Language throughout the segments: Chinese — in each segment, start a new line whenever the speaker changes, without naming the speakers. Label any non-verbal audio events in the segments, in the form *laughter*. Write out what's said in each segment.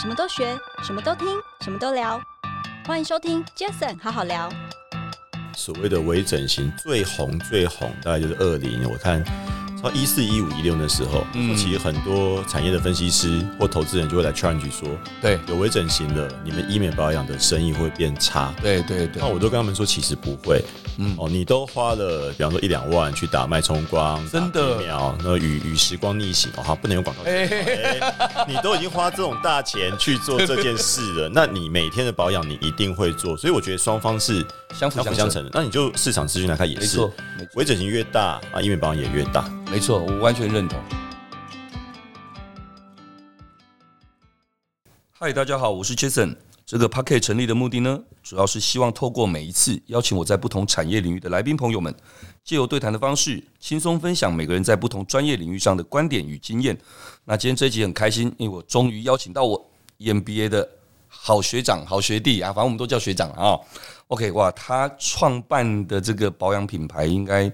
什么都学，什么都听，什么都聊。欢迎收听 Jason 好好聊。
所谓的微整形最红最红，大概就是二零，我看到一四一五一六的时候，
嗯
其实很多产业的分析师或投资人就会来 challenge 说，
对
有微整形的，你们医美保养的生意会变差。
对对对
那，我都跟他们说，其实不会，
嗯
哦，你都花了，比方说一两万去打脉冲光，
真的
打疫苗，那与与时光逆行，哦，好，不能用广告词。
哎嘿嘿
哎 *laughs* 你都已经花这种大钱去做这件事了，那你每天的保养你一定会做，所以我觉得双方是
相辅
相辅
相
相
成，
成的。那你就市场资讯来看也
没
是
错，没错
微整形越大啊，医美保养也越大。
没错，我完全认同。嗨，大家好，我是 Jason。这个 p a c k e t 成立的目的呢，主要是希望透过每一次邀请我在不同产业领域的来宾朋友们，借由对谈的方式，轻松分享每个人在不同专业领域上的观点与经验。那今天这一集很开心，因为我终于邀请到我 E EMBA 的好学长、好学弟啊，反正我们都叫学长了啊、OK，哇，他创办的这个保养品牌应该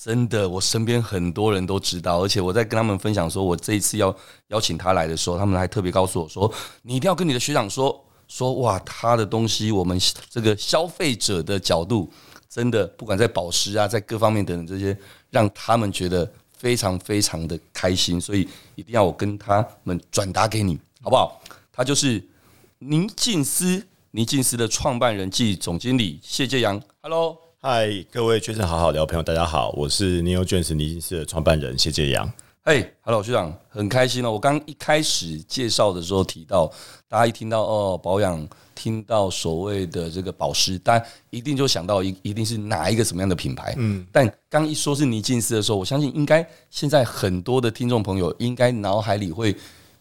真的，我身边很多人都知道，而且我在跟他们分享说，我这一次要邀请他来的时候，他们还特别告诉我说，你一定要跟你的学长说，说哇，他的东西，我们这个消费者的角度，真的不管在保湿啊，在各方面等等这些，让他们觉得非常非常的开心，所以一定要我跟他们转达给你，好不好？他就是宁静思，宁静思的创办人暨总经理谢介阳，Hello。
嗨，各位确实好好聊朋友，大家好，我是 Neo Jones 尼金斯的创办人谢介阳。
嘿、h e l l o 学长，很开心哦。我刚一开始介绍的时候提到，大家一听到哦保养，听到所谓的这个保湿，大家一定就想到一一定是哪一个什么样的品牌。嗯，但刚一说是尼近斯的时候，我相信应该现在很多的听众朋友应该脑海里会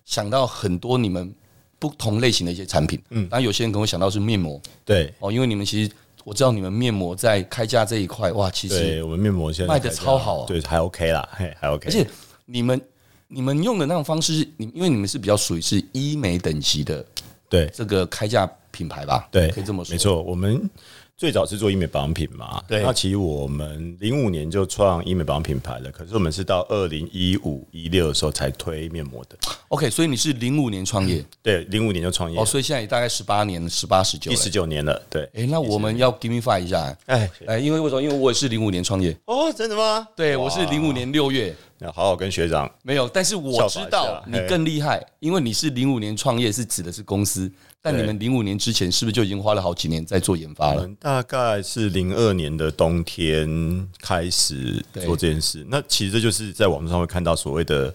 想到很多你们不同类型的一些产品。嗯，当然有些人可能会想到是面膜
对，
哦，因为你们其实我知道你们面膜在开价这一块，哇，其实
对我们面膜现在
卖得
开价
超好啊
对，还 OK 啦，嘿，还 OK。
而且你们你们用的那种方式是，你因为你们是比较属于是医美等级的
对
这个开价品牌吧？
对，
可以这么说。
没，错，我们最早是做医美保养品嘛，
对
那其实我们零五年就创医美保养品牌了，可是我们是到二零一五一六的时候才推面膜的。
OK，所以你是零五年创业、
对，零五年就创业
哦，，所以现在也大概十八年、十八、十九
第。十九年了。对，
哎、那我们要 give me five 一下、
哎，
哎，因为为什么？因为我也是零五年创业，
哦，真的吗？
对我是零五年六月
那好好跟学长，
没有，但是我知道
效法一
你
下
更厉害，因为你是零五年创业，是指的是公司，但你
对
们零五年之前是不是就已经花了好几年在做研发
我
了？
们大概是零二年的冬天开始
对
做这件事。那其实这就是在网络上会看到所谓的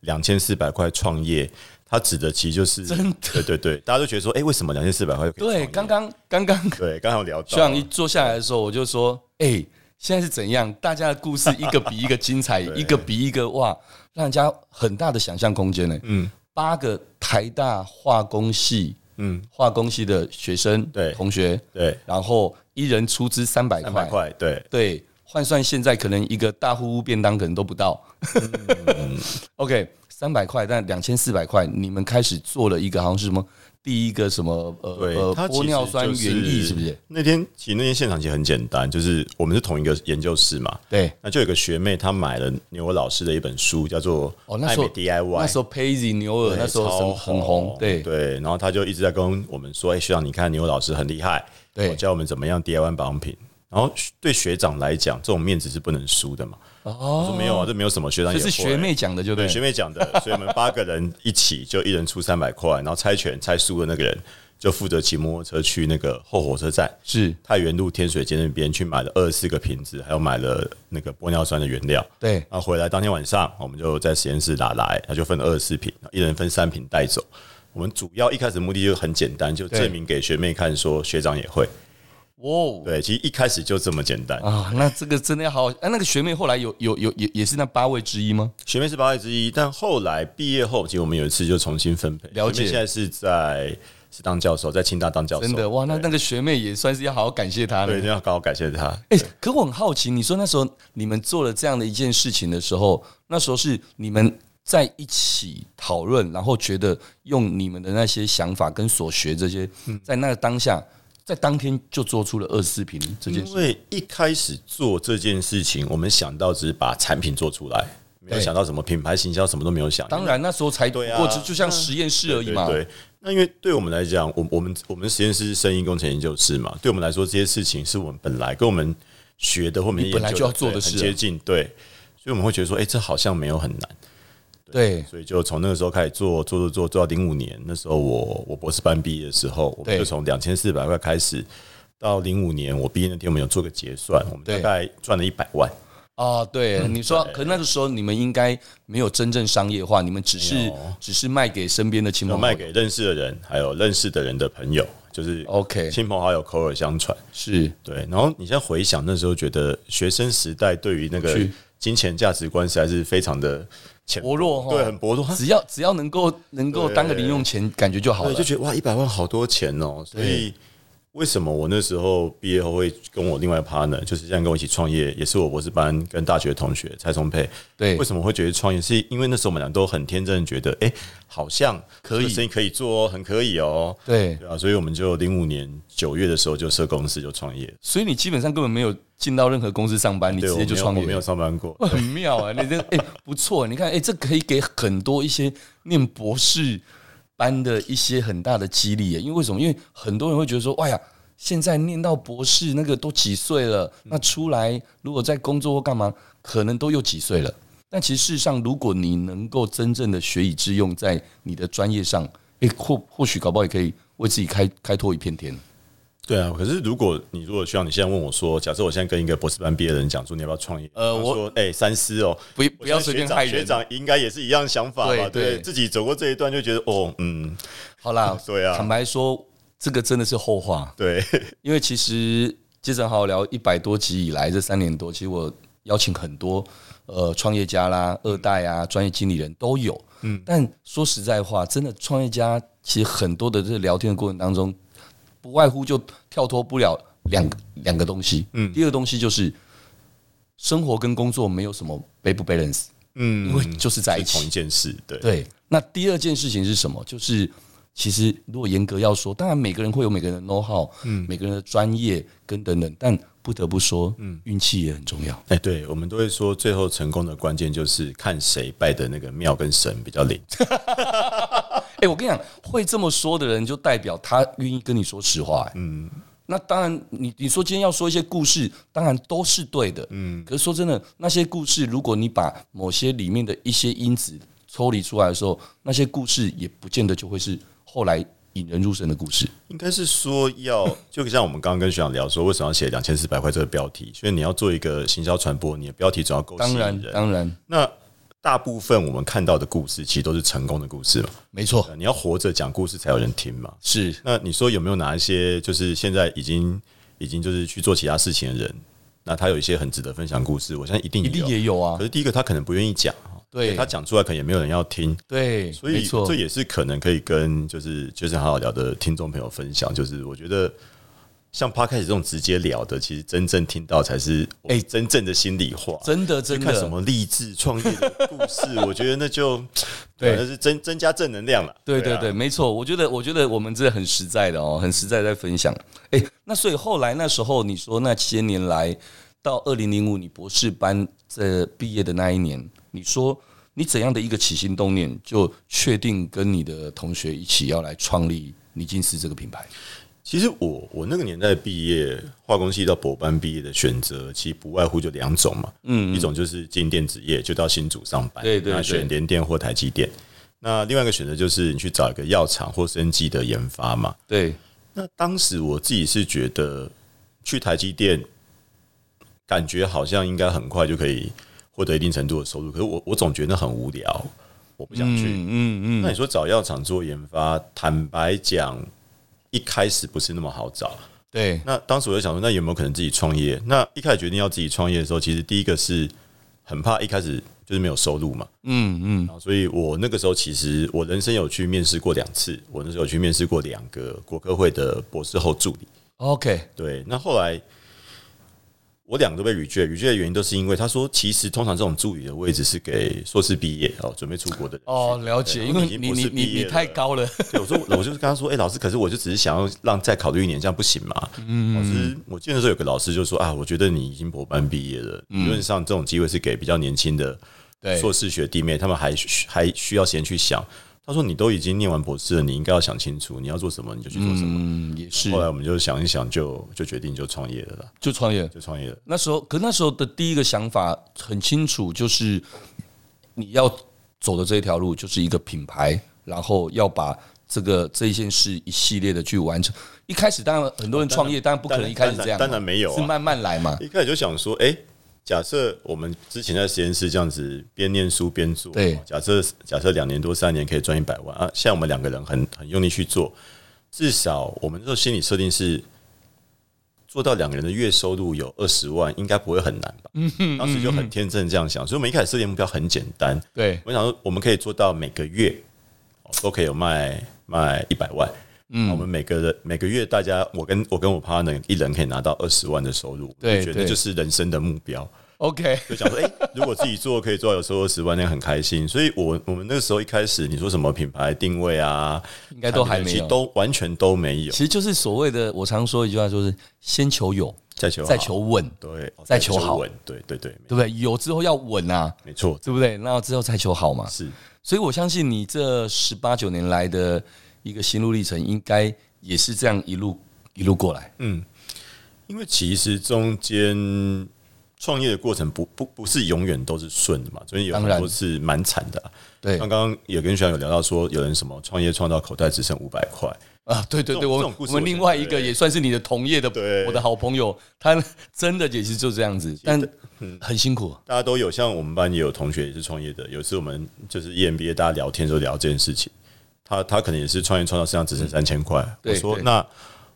两千四百块创业，它指的其实就是
真的
对对对，大家都觉得说，哎、为什么两千四百块就可以创
对，
业？
刚刚刚刚
对，刚好聊到
学长一坐下来的时候，我就说：“哎、现在是怎样？大家的故事一个比一个精彩，
*laughs*
一个比一个哇，让人家很大的想象空间呢、
嗯，
八个台大化工系，
嗯
嗯，化工系的学生
对
同学，
对，
然后一人出资三百
三百
块，
块，对，
嗯对，换算现在可能一个大户屋便当可能都不到。OK，三百块，但两千四百块，你们开始做了一个好像是什么？”第一个什么呃
对
呃
它其实
玻尿酸
就是
原液是不是？
那天其实那天现场其实很简单，就是我们是同一个研究室嘛，
对，
那就有个学妹她买了牛老师的一本书，叫做
哦，
《
那
爱
时
美
候
DIY》。
那时候 Paisy 牛耳
对
那时候
超
很很红，对
对，然后他就一直在跟我们说：“哎、学长，你看牛老师很厉害，
对
我教我们怎么样 DIY 保养品。”然后对学长来讲，这种面子是不能输的嘛。我说
哦，
没有啊，这没有什么学长也
这是
会
学妹讲的，就对
对学妹讲的，所以我们八个人一起就一人出三百块，然后猜拳猜输的那个人就负责骑摩托车去那个后火车站
是，
太原路天水街那边去买了二十四个瓶子，还有买了那个玻尿酸的原料。
对，
然后啊回来当天晚上，我们就在实验室打来，他就分了二十四瓶，一人分三瓶带走。我们主要一开始目的就很简单，就
对
证明给学妹看，说学长也会。
哇
哦对，其实一开始就这么简单。
啊，那这个真的要好，哎，那个学妹后来有有有也也是那八位之一吗？
学妹是八位之一，但后来毕业后，其实我们有一次就重新分配。
了
学
解
妹现在是在是当教授，在清大当教授。
真的哇，那
哦对
那个学妹也算是要好好感谢她
对，一
了。
定要好好感谢他。
哎，可我很好奇，你说那时候你们做了这样的一件事情的时候，那时候是你们在一起讨论，然后觉得用你们的那些想法跟所学这些，
嗯
在那个当下，在当天就做出了二十四瓶这件事
因为一开始做这件事情，我们想到只是把产品做出来，没有想到什么品牌行销，什么都没有想。
当然那时候才不
对啊
过就就像实验室而已
对
嘛。
对，那因为对我们来讲，我我们我们实验室是生意工程研究室嘛，对我们来说这些事情是我们本来跟我们学的或我们
你本来
研究
就要做的
对很
事啊
接近，对，所以我们会觉得说，哎、这好像没有很难，
对
所以就从那个时候开始做，做做做做到零五年，那时候我我博士班毕业的时候，我们
对
就从两千四百块开始。到零五年我毕业那天，我们有做个结算，我们大
对
概赚了一百万。
啊，对，
嗯
你说，可那个时候你们应该没有真正商业化，你们只
没
是
有
只是卖给身边的亲
有
朋好
卖
友。
给认识的人，还有认识的人的朋友，就是
OK
亲朋好友口耳相传。
是
对，然后你现在回想那时候，觉得学生时代对于那个
去
金钱价值观实在是非常的浅
薄弱哈，
对，很薄弱。
只要只要能够能够
对
当个零用钱，感觉就好
对，
了
就。觉得哇，一百万好多钱哦。所以为什么我那时候毕业后会跟我另外一个 partner，就是这样跟我一起创业，也是我博士班跟大学同学蔡崇佩。
对
为，什么会觉得创业？是因为那时候我们俩都很天真的觉得，哎、好像
可
这
以
个生意可以做哦，很可以哦。
对，
对啊，所以我们就零五年九月的时候就设公司就创业，
所以你基本上根本没有进到任何公司上班，你
对，
直
我
接
没
就
有
创业
我
了，
没有上班过。
*laughs* 哇很妙啊！你这哎、不错，你看哎、这可以给很多一些念博士班的一些很大的激励耶。因为为什么？因为很多人会觉得说，哎呀，现在念到博士那个都几岁了，那出来如果在工作或干嘛，可能都又几岁了。但其实事实上，如果你能够真正的学以致用在你的专业上，哎、或或许搞不好也可以为自己开开拓一片天。
对啊，可是如果你如果像你现在问我说，假设我现在跟一个博士班毕业的人讲说你要不要创业，
呃我
他说哎、三思哦，
不不要随便害
学
人。啊
长学长应该也是一样想法吧？
对
对不对
对
自己走过这一段就觉得哦，嗯，
好啦，
*laughs* 对啊
坦白说，这个真的是后话。
对， *laughs*
因为其实接着好好聊一百多集以来这三年多，其实我邀请很多呃创业家啦、二代啊、专业经理人都有。嗯，但说实在话，真的创业家其实很多的这聊天的过程当中，不外乎就跳脱不了两个两个东西。嗯，第二个东西就是生活跟工作没有什么 b a l balance，
嗯，
因为就是在一
是
起
同一。件事，对，
对，那第二件事情是什么？就是其实如果严格要说，当然每个人会有每个人的 know how，嗯，每个人的专业跟等等，但不得不说，嗯，运气也很重要。
哎、对，我们都会说最后成功的关键就是看谁拜的那个庙跟神比较灵。
哎、我跟你讲，会这么说的人，就代表他愿意跟你说实话、嗯，那当然你，你说今天要说一些故事，当然都是对的。嗯，可是说真的，那些故事，如果你把某些里面的一些因子抽离出来的时候，那些故事也不见得就会是后来引人入胜的故事。
应该是说要，就像我们刚刚跟学长聊说，为什么要写两千四百块这个标题？所以你要做一个行销传播，你的标题总要够吸
当
引
然，
人。
当然，
那大部分我们看到的故事，其实都是成功的故事嘛。呃
没错。
你要活着讲故事才有人听嘛。
是
那你说有没有哪一些就是现在已经已经就是去做其他事情的人？那他有一些很值得分享故事，我相信一定
一
有
定也有啊
可，是第一个他可能不愿意讲，
对
他讲出来可能也没有人要听，
对，
所
没
以
错
这，也是可能可以跟就是就是好好聊的听众朋友分享，就是我觉得。像 p 开始这种直接聊的，其实真正听到才是哎
哎
真正的心里话。
真的
去
真
看
的
什么励志创业的故事，我觉得那
*laughs*
就
对
那是增增加正能量了。
对
对
对
啊
对，没错，我觉得我觉得我们这很实在的哦，很实在地在分享。哎，那所以后来那时候你说那些年来到二零零五你博士班这毕业的那一年，你说你怎样的一个起心动念就确定跟你的同学一起要来创立尼金斯这个品牌？
其实我我那个年代毕业，化工系到博班毕业的选择，其实不外乎就两种嘛，嗯，一种就是进电子业，就到新竹上班，
对对
那
对
选联电或台积电。那另外一个选择就是你去找一个药厂或生技的研发嘛。
对，
那当时我自己是觉得去台积电，感觉好像应该很快就可以获得一定程度的收入，可是我我总觉得很无聊，我不想去。
嗯嗯
那你说找药厂做研发，坦白讲，一开始不是那么好找。
对，
那当时我就想说，那有没有可能自己创业？那一开始决定要自己创业的时候，其实第一个是很怕一开始就是没有收入嘛，
嗯嗯，
然后所以我那个时候其实我人生有去面试过两次，我那时候有去面试过两个国科会的博士后助理。
OK，
对，那后来我两个都被 reject，reject 的原因都是因为他说，其实通常这种助理的位置是给硕士毕业哦，准备出国的人去
哦，了解，
对
因
我
为
已经
你
博
你
士
你
毕业
你
了
太高了，
对，我说我就是跟他说，哎、老师，可是我就只是想要让再考虑一年，这样不行吗？
嗯
老师，我记得那
嗯
时候有个老师就说啊，我觉得你已经博班毕业了，理论上这种机会是给比较年轻的
对
硕士学弟妹，他们还需还需要时间去想。他说：“你都已经念完博士了，你应该要想清楚，你要做什么，你就去做什么。
嗯，也是
后来我们就想一想就，就决定就创业了啦，
就创业。
就创业了。
那时候，可那时候的第一个想法很清楚，就是你要走的这一条路就是一个品牌，然后要把这个这一件事一系列的去完成。一开始当然很多人创业，当然不可能一开始这
当
样嘛，
然当然没有啊
是慢慢来嘛。
一开始就想说，哎、假设我们之前在实验室这样子边念书边做，
对
假设假设两年多三年可以赚一百万啊，现在我们两个人很很用力去做，至少我们这心理设定是做到两个人的月收入有二十万，应该不会很难吧？
嗯
当时就很天真这样想，所以我们一开始设定目标很简单，
对，
我想说我们可以做到每个月哦都可以有卖卖一百万。嗯，我们每个人每个月，大家我跟我跟我 partner 一人可以拿到二十万的收入，
对
我就觉
对
得就是人生的目标。
OK，
就想说，哎、 *laughs* 如果自己做可以做到有收入十万，那很开心。所以我我们那时候一开始，你说什么品牌定位啊，
应该都还没有
其实都完全都没有
其。实就是所谓的，我常说一句话，就是先求有，
再求好
再求稳，对
对，哦
再求好
稳，对对对，
不对？有之后要稳啊，
没错，
对不对？那之后再求好嘛。
是
所以我相信你这十八九年来的一个心路历程，应该也是这样一路一路过来。
因为其实中间创业的过程不不不是永远都是顺的嘛，所以有
当
很
然
多是蛮惨的啊、
对
刚刚也跟学长有聊到说，有人什么创业创到口袋只剩五百块，
啊，对对
这
对，
种
我
这
们
种故
我
事
们
我
另
觉
外
得
一个
对
也算是你的同业的，
对
我的好朋友，他真的也是就这样子，但
嗯
很辛苦。
大家都有，像我们班也有同学也是创业的。有一次我们就是 E EMBA，大家聊天的时候聊这件事情，他他可能也是创业创到身上只剩三千块。
嗯对
我说
对
那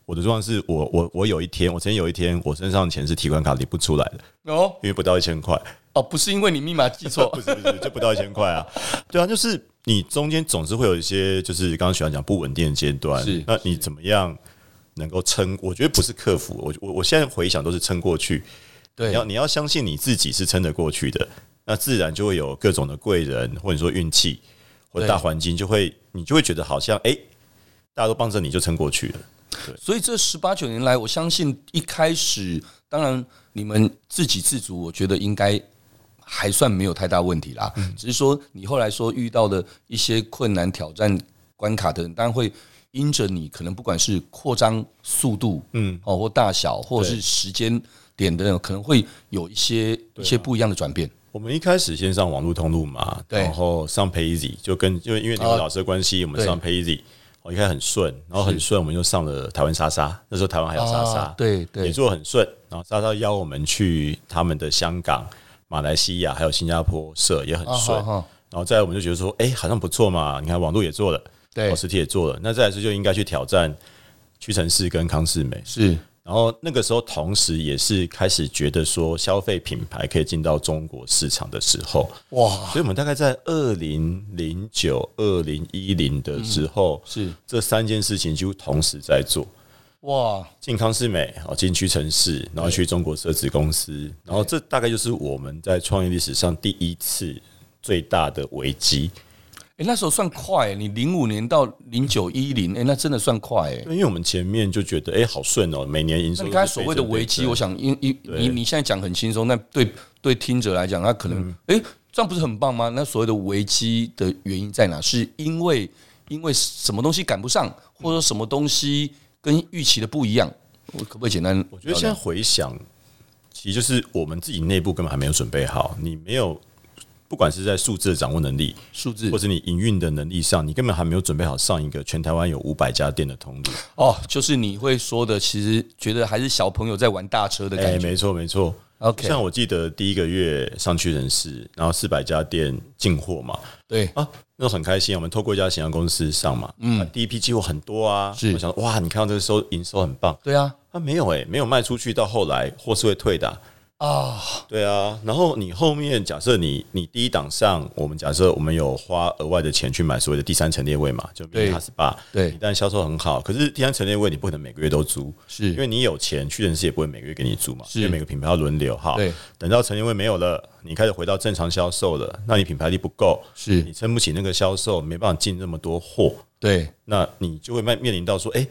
我的状况是我我我有一天，我曾经有一天我身上的钱是提款卡领不出来的，
哦
因为不到一千块。
哦，不是因为你密码记错
*laughs* 不，是不是，就不到一千块啊。对啊，就是你中间总是会有一些，就是刚刚喜欢讲不稳定的阶段，
是
那你怎么样能够撑？我觉得不是克服，我我我现在回想都是撑过去。
对
你要你要相信你自己是撑得过去的，那自然就会有各种的贵人，或者说运气，或者
对
大环境，就会你就会觉得好像哎、诶大家都帮着你就撑过去了。
所以这十八九年来，我相信一开始，当然你们自给自足，我觉得应该还算没有太大问题啦。只是说你后来说遇到的一些困难、挑战、关卡的，当然会因着你可能不管是扩张速度，嗯，哦，或大小，或者是
对
时间点等等，可能会有一些、一些不一样的转变。
我们一开始先上网络通路嘛，
对
然后上 Payzy 就跟因为因为你们
啊
老师的关系，我们上 Payzy，我一开始很顺，然后很顺，我们就上了台湾莎莎，那时候台湾还有莎莎，
啊对对
也做得很顺，然后莎莎邀我们去他们的香港、马来西亚还有新加坡设也很顺，
啊哈哈
然后再来我们就觉得说，哎、好像不错嘛，你看网络也做了，
对
哦实体也做了，那再来是就应该去挑战屈臣氏跟康士美，
是
然后那个时候，同时也是开始觉得说，消费品牌可以进到中国市场的时候，
哇，
所以我们大概在二零零九、二零一零的时候，
是
这三件事情几乎同时在做：
哇，
进康士美，哦，进屈臣氏，然后去中国设子公司，然后这大概就是我们在创业历史上第一次最大的危机。
哎、那时候算快、你零五年到零九一零，哎，那真的算快、哎。
因为我们前面就觉得，哎、好顺哦，每年营收都是倍
那你
增。
刚才所谓的危
倍
机，
增
我想因因你你现在讲很轻松，那对对听者来讲，他可
嗯
能诶，这样不是很棒吗？那所谓的危机的原因在哪？是因为因为什么东西赶不上，或者说什么东西跟预期的不一样？我可不可以简单聊聊？
我觉得现在回想，其实就是我们自己内部根本还没有准备好，你没有。不管是在数字的掌握能力，
数字
或者你营运的能力上，你根本还没有准备好上一个全台湾有五百家店的通路。
哦，就是你会说的，其实觉得还是小朋友在玩大车的
哎、
感觉。
没错没错。
OK，
像我记得第一个月上屈臣氏，然后四百家店进货嘛，
对
啊，那很开心啊。我们透过一家形象公司上嘛，嗯，第一批进货很多啊，
是
我想说哇，你看到这个时候营收很棒，
对啊
啊，没有哎、没有卖出去，到后来货是会退的啊、
啊，
对啊，然后你后面假设你你第一档上，我们假设我们有花额外的钱去买所谓的第三层列位嘛，就
对
mini pass 八，
对
你但销售很好，可是第三层列位你不可能每个月都租，
是
因为你有钱，屈臣氏也不会每个月给你租嘛，
是
因为每个品牌要轮流哈。
对，
等到陈列位没有了，你开始回到正常销售了，那你品牌力不够，
是
你撑不起那个销售，没办法进那么多货，
对
那你就会面面临到说，哎、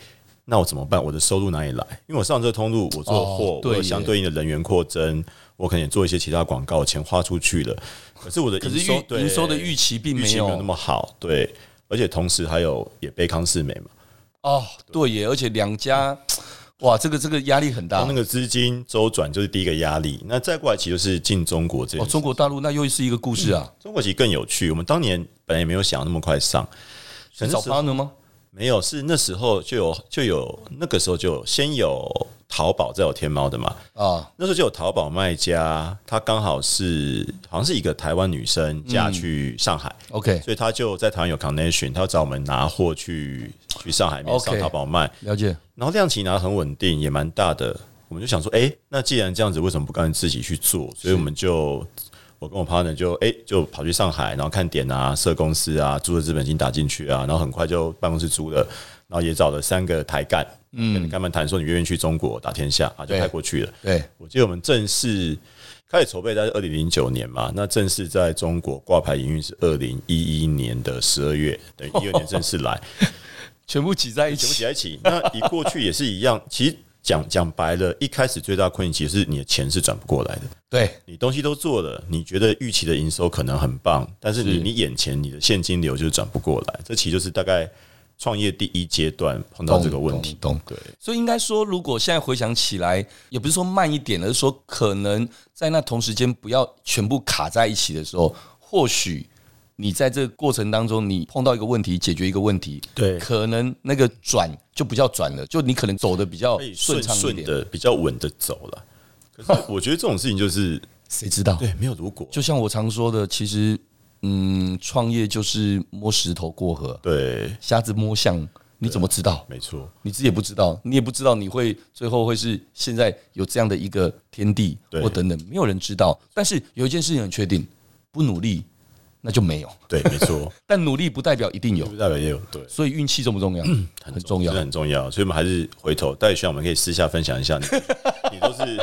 那我怎么办？我的收入哪里来？因为我上这个通路，我做货，
哦对
我有
耶
相对应的人员扩增，我可能也做一些其他广告，钱花出去了，可是我的
可
营
是
收对
预营收的预期并
预
没
期没有那
有
么好，对，而且同时还有也被康世美嘛，
哦，对耶，而且两家哇，这个这个压力很大哦
然哦后。那个资金周转就是第一个压力，那再过来其实就是进中国这件
哦，
事
中国大陆那又是一个故事啊，
中国其实更有趣，我们当年本来也没有想那么快上，可能
是找
那时候
partner 吗？
没有，是那时候就有就有那个时候就有先有淘宝，再有天猫的嘛。
啊，
那时候就有淘宝卖家，她刚好是好像是一个台湾女生嫁去上海，
OK，
所以她就在台湾有 connection，她要找我们拿货去去上海面
OK
上淘宝卖，
了解。
然后量级拿得很稳定，也蛮大的。我们就想说，哎、那既然这样子，为什么不干脆自己去做？所以我们就我跟我 partner 就哎、就跑去上海，然后看点啊、设公司啊、租的资本金打进去啊，然后很快就办公室租了，然后也找了三个台干，嗯，干们谈说你愿不愿意去中国打天下啊，就
对
派过去了。
对，
我记得我们正式开始筹备，大概二零零九年嘛，那正式在中国挂牌营运是二零一一年的十二月，等于一二年正式来。
全部挤在一
全部挤
起。
在一起。那以过去也是一样，其实讲讲白了，一开始最大困境其实是你的钱是转不过来的。
对，
你东西都做了，你觉得预期的营收可能很棒，但是你
是
你眼前你的现金流就是转不过来。这其实就是大概创业第一阶段碰到这个问题。
懂。
对，
所以应该说，如果现在回想起来，也不是说慢一点，而是说可能在那同时间不要全部卡在一起的时候，或许你在这个过程当中，你碰到一个问题，解决一个问题，
对
可能那个转就不叫转了，就你可能走的比较
可以顺
顺畅一
顺
点。
的比较稳的走了。可是我觉得这种事情就是
谁知道？
对，没有如果。
就像我常说的，其实嗯，创业就是摸石头过河，
对，
瞎子摸象，你怎么知道？
没错。
你自己也不知道，你也不知道你会最后会是现在有这样的一个天地
对
或等等，没有人知道。但是有一件事情很确定，不努力那就没有。
对，没错，
但努力不代表一定有
不，代表也有对，
所以运气重不重要？很重要
真的。很重要。所以我们还是回头，戴宇轩，我们可以私下分享一
*laughs*
下你，你都是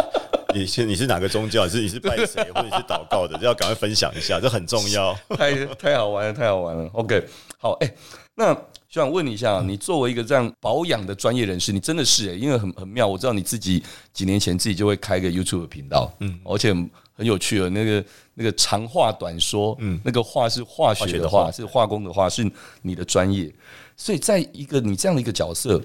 你是你是哪个宗教？你是你是拜
*laughs*
谁，或者你是祷告的？这要赶快分享一下，这很重要。
太太好玩了，太好玩了。OK，好，哎、那就想问你一下，啊你作为一个这样保养的专业人士，你真的是、哎，因为很很妙，我知道你自己几年前自己就会开一个 YouTube 频道，嗯，而且很很有趣哦，那个那个长话短说，嗯，那个话是化学的
化
话，是化工的话，是你的专业，所以在一个你这样的一个角色。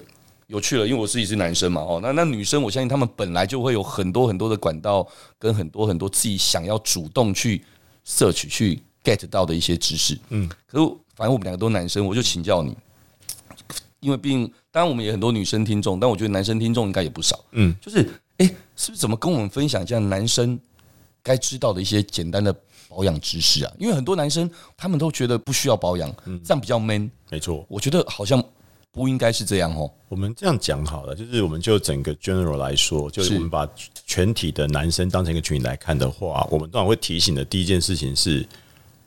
有趣了，因为我自己是男生嘛，哦，那那女生，我相信她们本来就会有很多很多的管道，跟很多很多自己想要主动去摄取、去 get 到的一些知识。嗯，可是反正我们两个都男生，我就请教你，因为毕竟当然我们也很多女生听众，但我觉得男生听众应该也不少。
嗯，
就是哎、诶是不是怎么跟我们分享一下男生该知道的一些简单的保养知识啊？因为很多男生他们都觉得不需要保养，
嗯
这样比较 man。
没错，
我觉得好像不应该是这样哦。
我们这样讲好了，就是我们就整个 general 来说，就是
是
我们把全体的男生当成一个群体来看的话，我们当然会提醒的第一件事情是，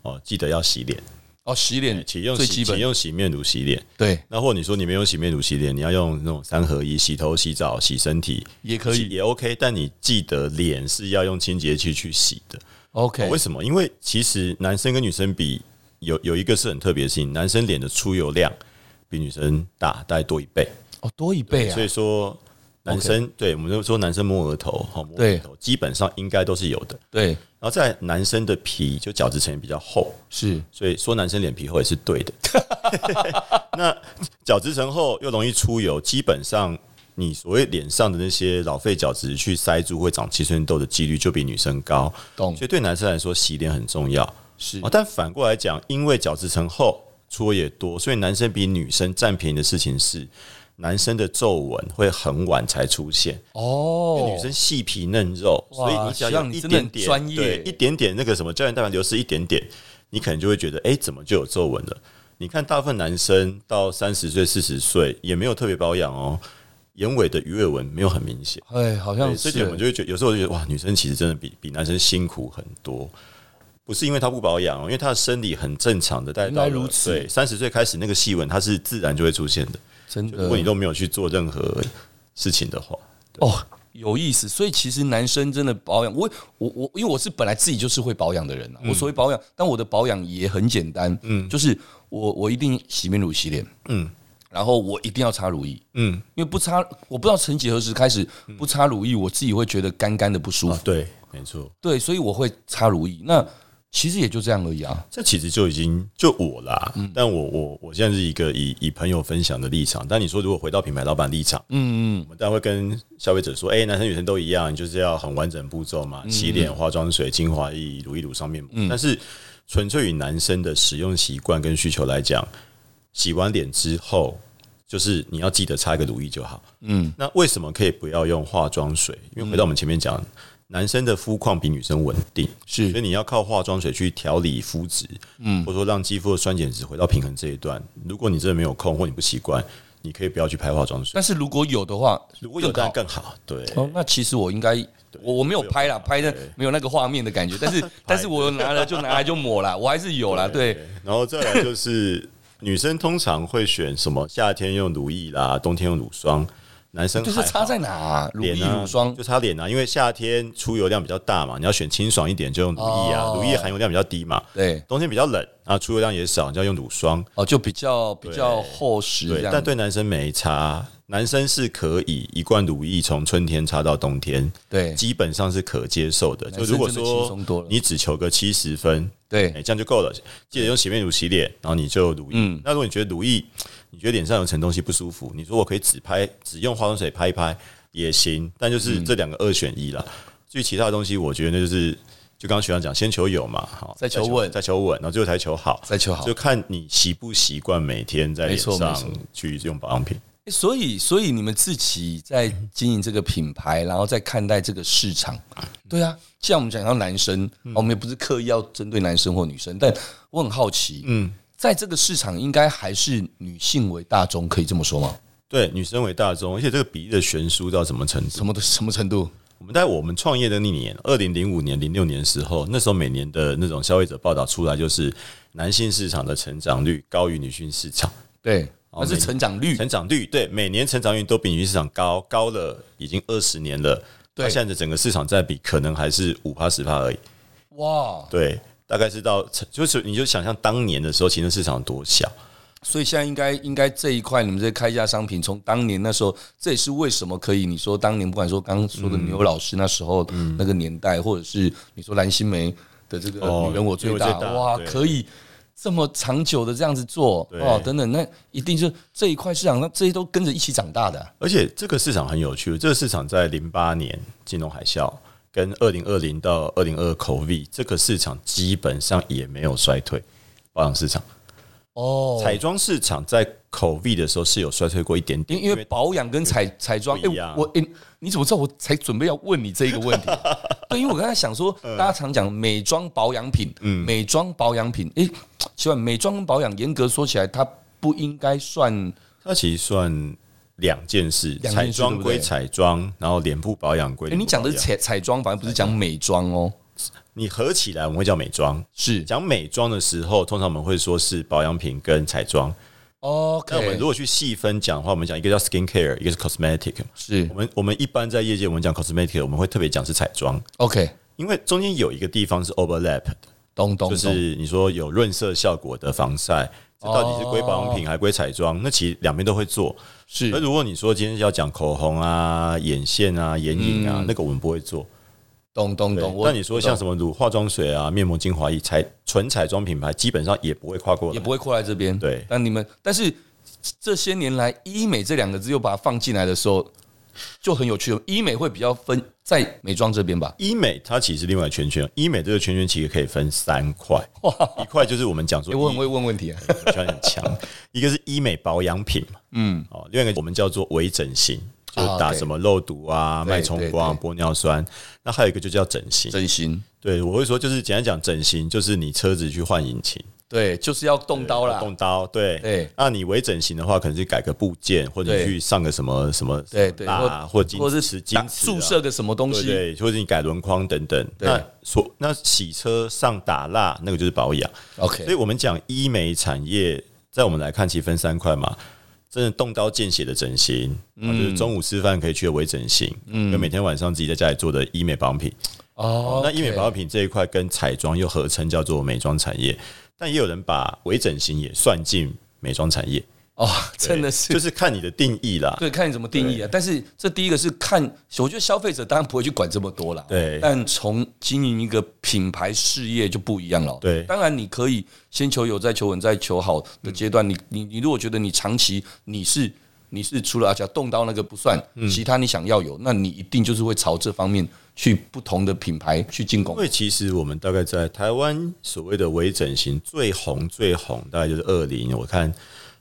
哦，记得要洗脸，
哦，洗脸
请哎用
最基
洗，请
本，
用洗面乳洗脸。
对，
那或你说你没有洗面乳洗脸，你要用那种三合一，洗头、洗澡、洗身体，
也可以。
也 OK，但你记得脸是要用清洁剂去洗的。
OK，
为什么？因为其实男生跟女生比，有有一个是很特别的事情，男生脸的出油量比女生大，大概多一倍。
哦，多一倍啊
所以。说，男生对我们就说男生摸额头，好摸
对
额头，基本上应该都是有的。
对，
然后在男生的皮就角质层也比较厚，
是
所以说男生脸皮厚也是对的。 *laughs* 那角质层厚又容易出油，基本上你所谓脸上的那些老废角质去塞住会长青春痘的几率就比女生高，
懂
所以对男生来说洗脸很重要。
是
哦，但反过来讲，因为角质层厚，出油也多，所以男生比女生占便宜的事情是。男生的皱纹会很晚才出现，因
哦
为女生细皮嫩肉，
哇
所以你只要
希望
有
你
一
真的
点
很
点
专业
对一点点那个什么胶原蛋白流失一点点，你可能就会觉得，哎、怎么就有皱纹了？你看，大部分男生到三十岁、四十岁也没有特别保养哦，眼尾的鱼尾纹没有很明显，
哎，好像
对，所以我们
是
就会觉得，有时候我就觉得，哇，女生其实真的比比男生辛苦很多。不是因为她不保养哦，因为她的生理很正常的，大概
原
到
来
了
如此
对，三十岁开始那个细纹它是自然就会出现的。
真
如
的
果你都没有去做任何事情的话，
哦，有意思。所以其实男生真的保养，我我我，因为我是本来自己就是会保养的人、啊我所谓保养，但我的保养也很简单，嗯，就是我我一定洗面乳洗脸，嗯，然后我一定要擦乳液，
嗯
因为不擦，我不知道曾几何时开始不擦乳液，我自己会觉得干干的不舒
啊
服，。
对，没错，
对，所以我会擦乳液。那其实也就这样而已啊。
这其实就已经就我啦，
嗯
但我我我现在是一个以以朋友分享的立场，但你说如果回到品牌老板立场，
嗯嗯
我们当然会跟消费者说，哎、男生女生都一样，你就是要很完整步骤
嗯
嘛，洗脸、化妆水、精华液、乳液、乳上面膜。但是纯粹以男生的使用习惯跟需求来讲，洗完脸之后，就是你要记得擦一个乳液就好。
嗯，
那为什么可以不要用化妆水？因为回到我们前面
嗯
讲，男生的肤况比女生稳定，所以
是
你要靠化妆水去调理肤质，嗯，或者说让肌肤的酸碱值回到平衡这一段。如果你真的没有空或你不习惯，你可以不要去拍化妆水。
但是如果有的话，
如果有
更
当
好
然更好，对，
哦，那其实我应该。我我没有拍啦，拍的没有那个画面的感觉，
*laughs*
但是但是我有拿了就拿来就抹啦，我还是有啦，对，
然后再来就是 *laughs* 女生通常会选什么夏天用乳液啦，冬天用乳霜，男生
就是
还好
擦在哪啊乳液、
脸啊
乳霜
就擦脸啊，因为夏天出油量比较大嘛，你要选清爽一点就用乳液啊，
哦
乳液含油量比较低嘛。
对，
冬天比较冷啊，出油量也少，你就要用乳霜。
哦，就比较比较厚实这
对，
样。
但对男生没差，男生是可以一罐乳液从春天擦到冬天，
对
基本上是可接受的。
男
就
生
如果
真的轻
说
松多了
你只求个七十分，哎、
对，
这样就够了。记得用洗面乳洗脸，然后你就乳液。
嗯
那如果你觉得乳液，你觉得脸上有层东西不舒服，你说我可以只拍，只用化妆水拍一拍也行，但就是
嗯
这两个二选一啦。至于其他的东西，我觉得那就是就刚刚学长讲，先求有嘛，好，
再求稳
再求稳，然后最后才求好，
再求好
就看你习不习惯每天在
没
脸
错没
上
错
去用保养品。
所以所以你们自己在经营这个品牌，然后再看待这个市场，
嗯
对啊。像我们讲到男生，哦我们也不是刻意要针对男生或女生，但我很好奇，
嗯，
在这个市场应该还是女性为大众，可以这么说吗？
对，女生为大众，而且这个比例的悬殊到什么程度？
什么的什么程度？
我们在我们创业的那年，二零零五年、零六年的时候，那时候每年的那种消费者报道出来，就是男性市场的成长率高于女性市场，
对，那是
每
哦成长率，
成长率对每年成长率都比女性市场高，高了已经二十年了。
对
那现在的整个市场占比可能还是五趴十趴而已。
哇！
对，大概是到就是你就想象当年的时候，其实市场多小。
所以现在应该应该这一块，你们这些开价商品，从当年那时候，这也是为什么可以你说当年不管说刚刚说的牛老师那时候那个年代，或者是你说蓝心湄的这个
哦
女人我最
女
大
人我最，大
哇，
对
可以这么长久的这样子做
对
哦，等等，那一定是这一块市场，那这些都跟着一起长大的啊，
而且这个市场很有趣，这个市场在零八年金融海啸跟二零二零到二零二 COVID 这个市场基本上也没有衰退，保养市场、
哦。
彩妆市场在 COVID 的时候是有衰退过一点点，
因因为保养跟彩彩妆，
不
哎、
一样
我哎、你怎么知道我才准备要问你这一个问
*laughs*
题？对，因为我刚才想说，
嗯
大家常讲美妆保养品，美妆保养品，哎、奇怪，美妆跟保养严格说起来，它不应该算
它其实算两件事，
两件
彩
事
妆
对
归
不对
彩妆，然后脸部保养归
哎、
脸部
你讲的是
保养
彩彩妆，反而不是讲美妆哦，
你合起来我们会叫美妆。
是
讲美妆的时候，通常我们会说是保养品跟彩妆。
哦 OK，
那我们如果去细分讲的话，我们讲一个叫 skin care，一个是 cosmetic 嘛。
是
我们我们一般在业界，我们讲 cosmetic，我们会特别讲是彩妆，
OK，
因为中间有一个地方是 overlap，的
懂懂
就
懂，
是你说有润色效果的防晒，这到底是归保养品还归彩妆？那其实两边都会做。
是
那如果你说今天要讲口红啊、眼线啊、眼影啊，那个我们不会做。
懂懂
对
懂。，我
那你说像
么
什么乳化妆水啊、面膜、精华液，彩纯彩妆品牌基本上也不会跨过
也
来。
不会过来这边，
对
但你们但是这些年来，医美这两个字又把它放进来的时候，就很有趣了。医美会比较分在美妆这边吧？
医美它其实另外一个圈圈，医美这个圈圈其实可以分三块，一块就是我们讲说
诶
医
我很会问问题啊。
我觉得很
*laughs*
强。一个是医美保养品嘛，嗯，哦，另外一个我们叫做微整形，就是
啊
打
对
什么肉毒啊、
对
脉冲光、玻尿酸。那还有一个就叫整形。
整形，
对，我会说就是简单讲，整形就是你车子去换引擎，
对，就是要动刀啦。
动刀，对
对。
那你微整形的话，可能是改个部件，或者
对
去上个什么什么
对对，
啊，或金
或者
池
是
金
打
池啊
注射个什么东
对
西，
对，或者你改轮框等等。
对
那所那洗车上打蜡那个就是保养。所以
OK，
我们讲医美产业，在我们来看，其实分三块嘛，真的动刀见血的整形，
嗯
啊就是中午吃饭可以去的微整形，跟每天晚上自己在家里做的医美保养品。
哦
那医美保养品这一块跟彩妆又合称叫做美妆产业，但也有人把微整形也算进美妆产业。
哦，真的是
就。是看你的定义啦。
*laughs* 对，看你怎么定义啊。但是这第一个是看，我觉得消费者当然不会去管这么多啦。
对
但从经营一个品牌事业就不一样了。
对
当然你可以先求有，再求稳，再求好的阶段，
嗯
你你你如果觉得你长期你是你是除了而且动刀那个不算，
嗯
其他你想要有，那你一定就是会朝这方面去不同的品牌去进攻
因。为其实我们大概在台湾所谓的微整形最红最红，大概就是二零，我看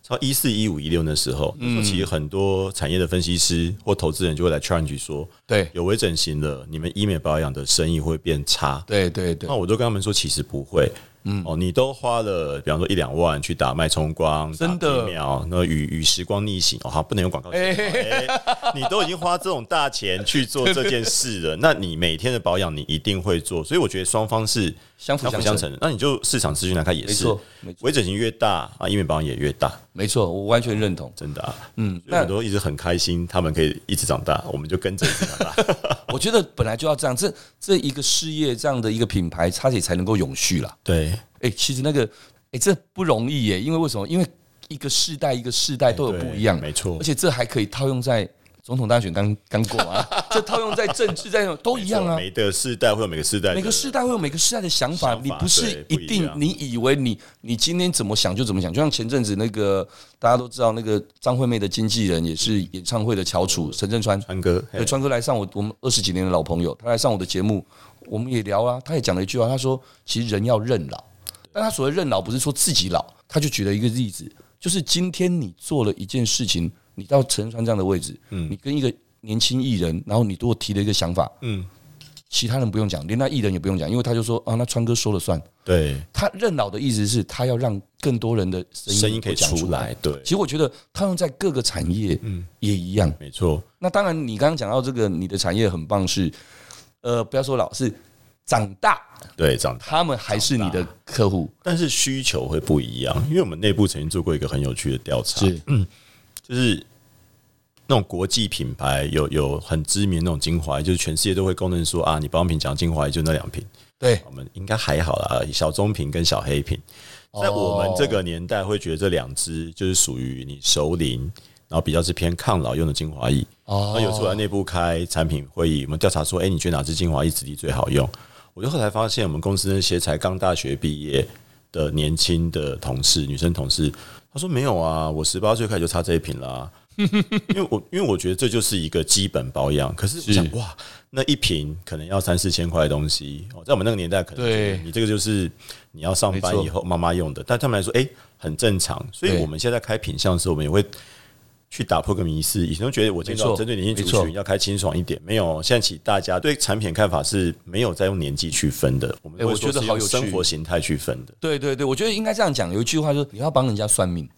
到一四一五一六那时候，
嗯
那时候其实很多产业的分析师或投资人就会来 challenge 说，
对
有微整形了，你们医美保养的生意会变差。
对对对
那，我都跟他们说，其实不会。嗯，哦，你都花了，比方说一两万去打脉冲光，
真
打
的
疫苗，那与与时光逆行，哦，好，不能有广告词、
哎
哎你都已经花这种大钱去做这件事
*laughs*
了，那你每天的保养你一定会做，所以我觉得双方是
相辅
相辅
相
相成的。那你就市场资讯来看也
没
是
错没错，
微整形越大啊，医美保养也越大，
没错，我完全认同。
真的、啊。
嗯，
所以我都一直很开心，他们可以一直长大，我们就跟着一直长大。
我觉得本来就要这样，这这一个事业这样的一个品牌，它也才能够永续啦。
对，
哎、其实那个，哎、这不容易耶，因为为什么？因为一个世代一个世代都有不一样，
哎对没错
而且这还可以套用在总统大选刚刚过嘛，这套用在政治在都一样啊。
每个世代会有每个世代的，
每个世代会有每个世代的想法，
想法
你不是
对
一
不一
定
样
你以为你你今天怎么想就怎么想。就像前阵子那个大家都知道那个张惠妹的经纪人也是演唱会的翘楚
嗯
陈振川，
川哥，嘿
对，川哥来上我我们二十几年的老朋友，他来上我的节目，我们也聊啊，他也讲了一句话，他说其实人要认老，但他所谓认老不是说自己老，他就举了一个例子，就是今天你做了一件事情，你到陈川这样的位置，你跟一个年轻艺人，然后你如果提了一个想法，
嗯，
其他人不用讲，连那艺人也不用讲，因为他就说啊，那川哥说了算。
对，
他认老的意思是他要让更多人的声音
声音可以
会讲
出来，。对，
其实我觉得套用在各个产业，嗯，也一样。
没错，
那当然，你刚刚讲到这个，你的产业很棒是，呃，不要说老是长大，
对，这样。
他们还是你的客户，
但是需求会不一样，因为我们内部曾经做过一个很有趣的调查，就是那种国际品牌有有很知名的那种精华液，就是全世界都会公认说啊，你保养品讲精华液就那两瓶，
对
我们应该还好啦，小棕瓶跟小黑瓶，
哦
在我们这个年代会觉得这两支就是属于你熟龄，然后比较是偏抗老用的精华液。
哦
那有时候我在内部开产品会议，我们调查说，哎、你觉得哪支精华液质地最好用？我就后来发现，我们公司那些才刚大学毕业的年轻的同事，女生同事，她说没有啊，我十八岁开始就擦这一瓶啦、 *laughs* 因为我因为我觉得这就是一个基本保养，可是我想哇，那一瓶可能要三四千块的东西，哦，在我们那个年代可能
对
觉得你这个就是你要上班
没错
以后妈妈用的，但他们来说，哎、很正常。所以
对
我们现在开品相的时候，我们也会去打破个迷思。以前都觉得我今
没
天
错
针对年轻
没
族
错
群要开清爽一点，没有，现在起大家对产品看法是没有在用年纪区分的，我们
哎
会
我
说
觉得
是
好
用
有
生
趣
活形态去分的。
对对对，我觉得应该这样讲。有一句话就是，你要帮人家算命，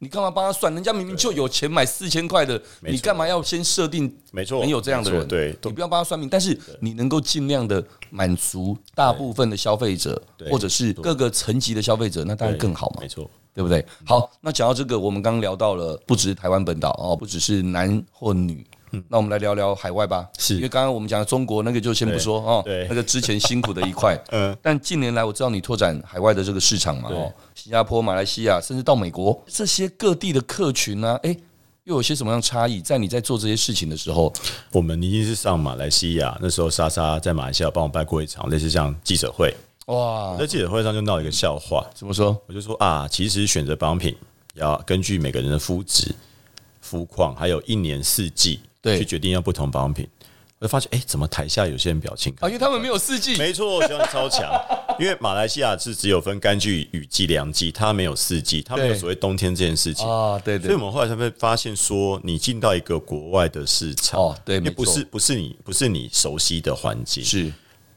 你干嘛帮他算？人家明明就有钱买四千块的，
没错
你干嘛要先设定？
没错
没有这样的
没错
人，
对
你不要帮他算命，但是你能够尽量的满足大部分的消费者，
对
或者是各个层级的消费者，那当然更好嘛
没。错，
对不对？
嗯
好，那讲到这个，我们刚刚聊到了，不只是台湾本岛哦，不只是男或女。那我们来聊聊海外吧，
嗯是
因为刚刚我们讲的中国那个就先不说哦
对，
那个之前辛苦的一块，
*laughs* 嗯
但近年来我知道你拓展海外的这个市场嘛，
对
哦，新加坡、马来西亚，甚至到美国，这些各地的客群呢、诶，又有些什么样的差异？在你在做这些事情的时候，
我们一定是上马来西亚，那时候莎莎在马来西亚帮我办过一场类似像记者会，
嗯哇，
在记者会上就闹了一个笑话，
怎么说？
我就说啊，其实选择保养品要根据每个人的肤质、肤况，还有一年四季，
对
去决定要不同保养品。我就发现，哎、怎么台下有些人表情？
啊，因为他们没有四季，
*laughs* 没错，我喜欢超强，因为马来西亚是只有分干季、雨季、凉季，它没有四季，它没有
对
所谓冬天这件事情。
啊，对
所以
对
我，们后来才会发现说，你进到一个国外的市场，
哦对
因为
没
不
错
是不是你不是你熟悉的环境，
是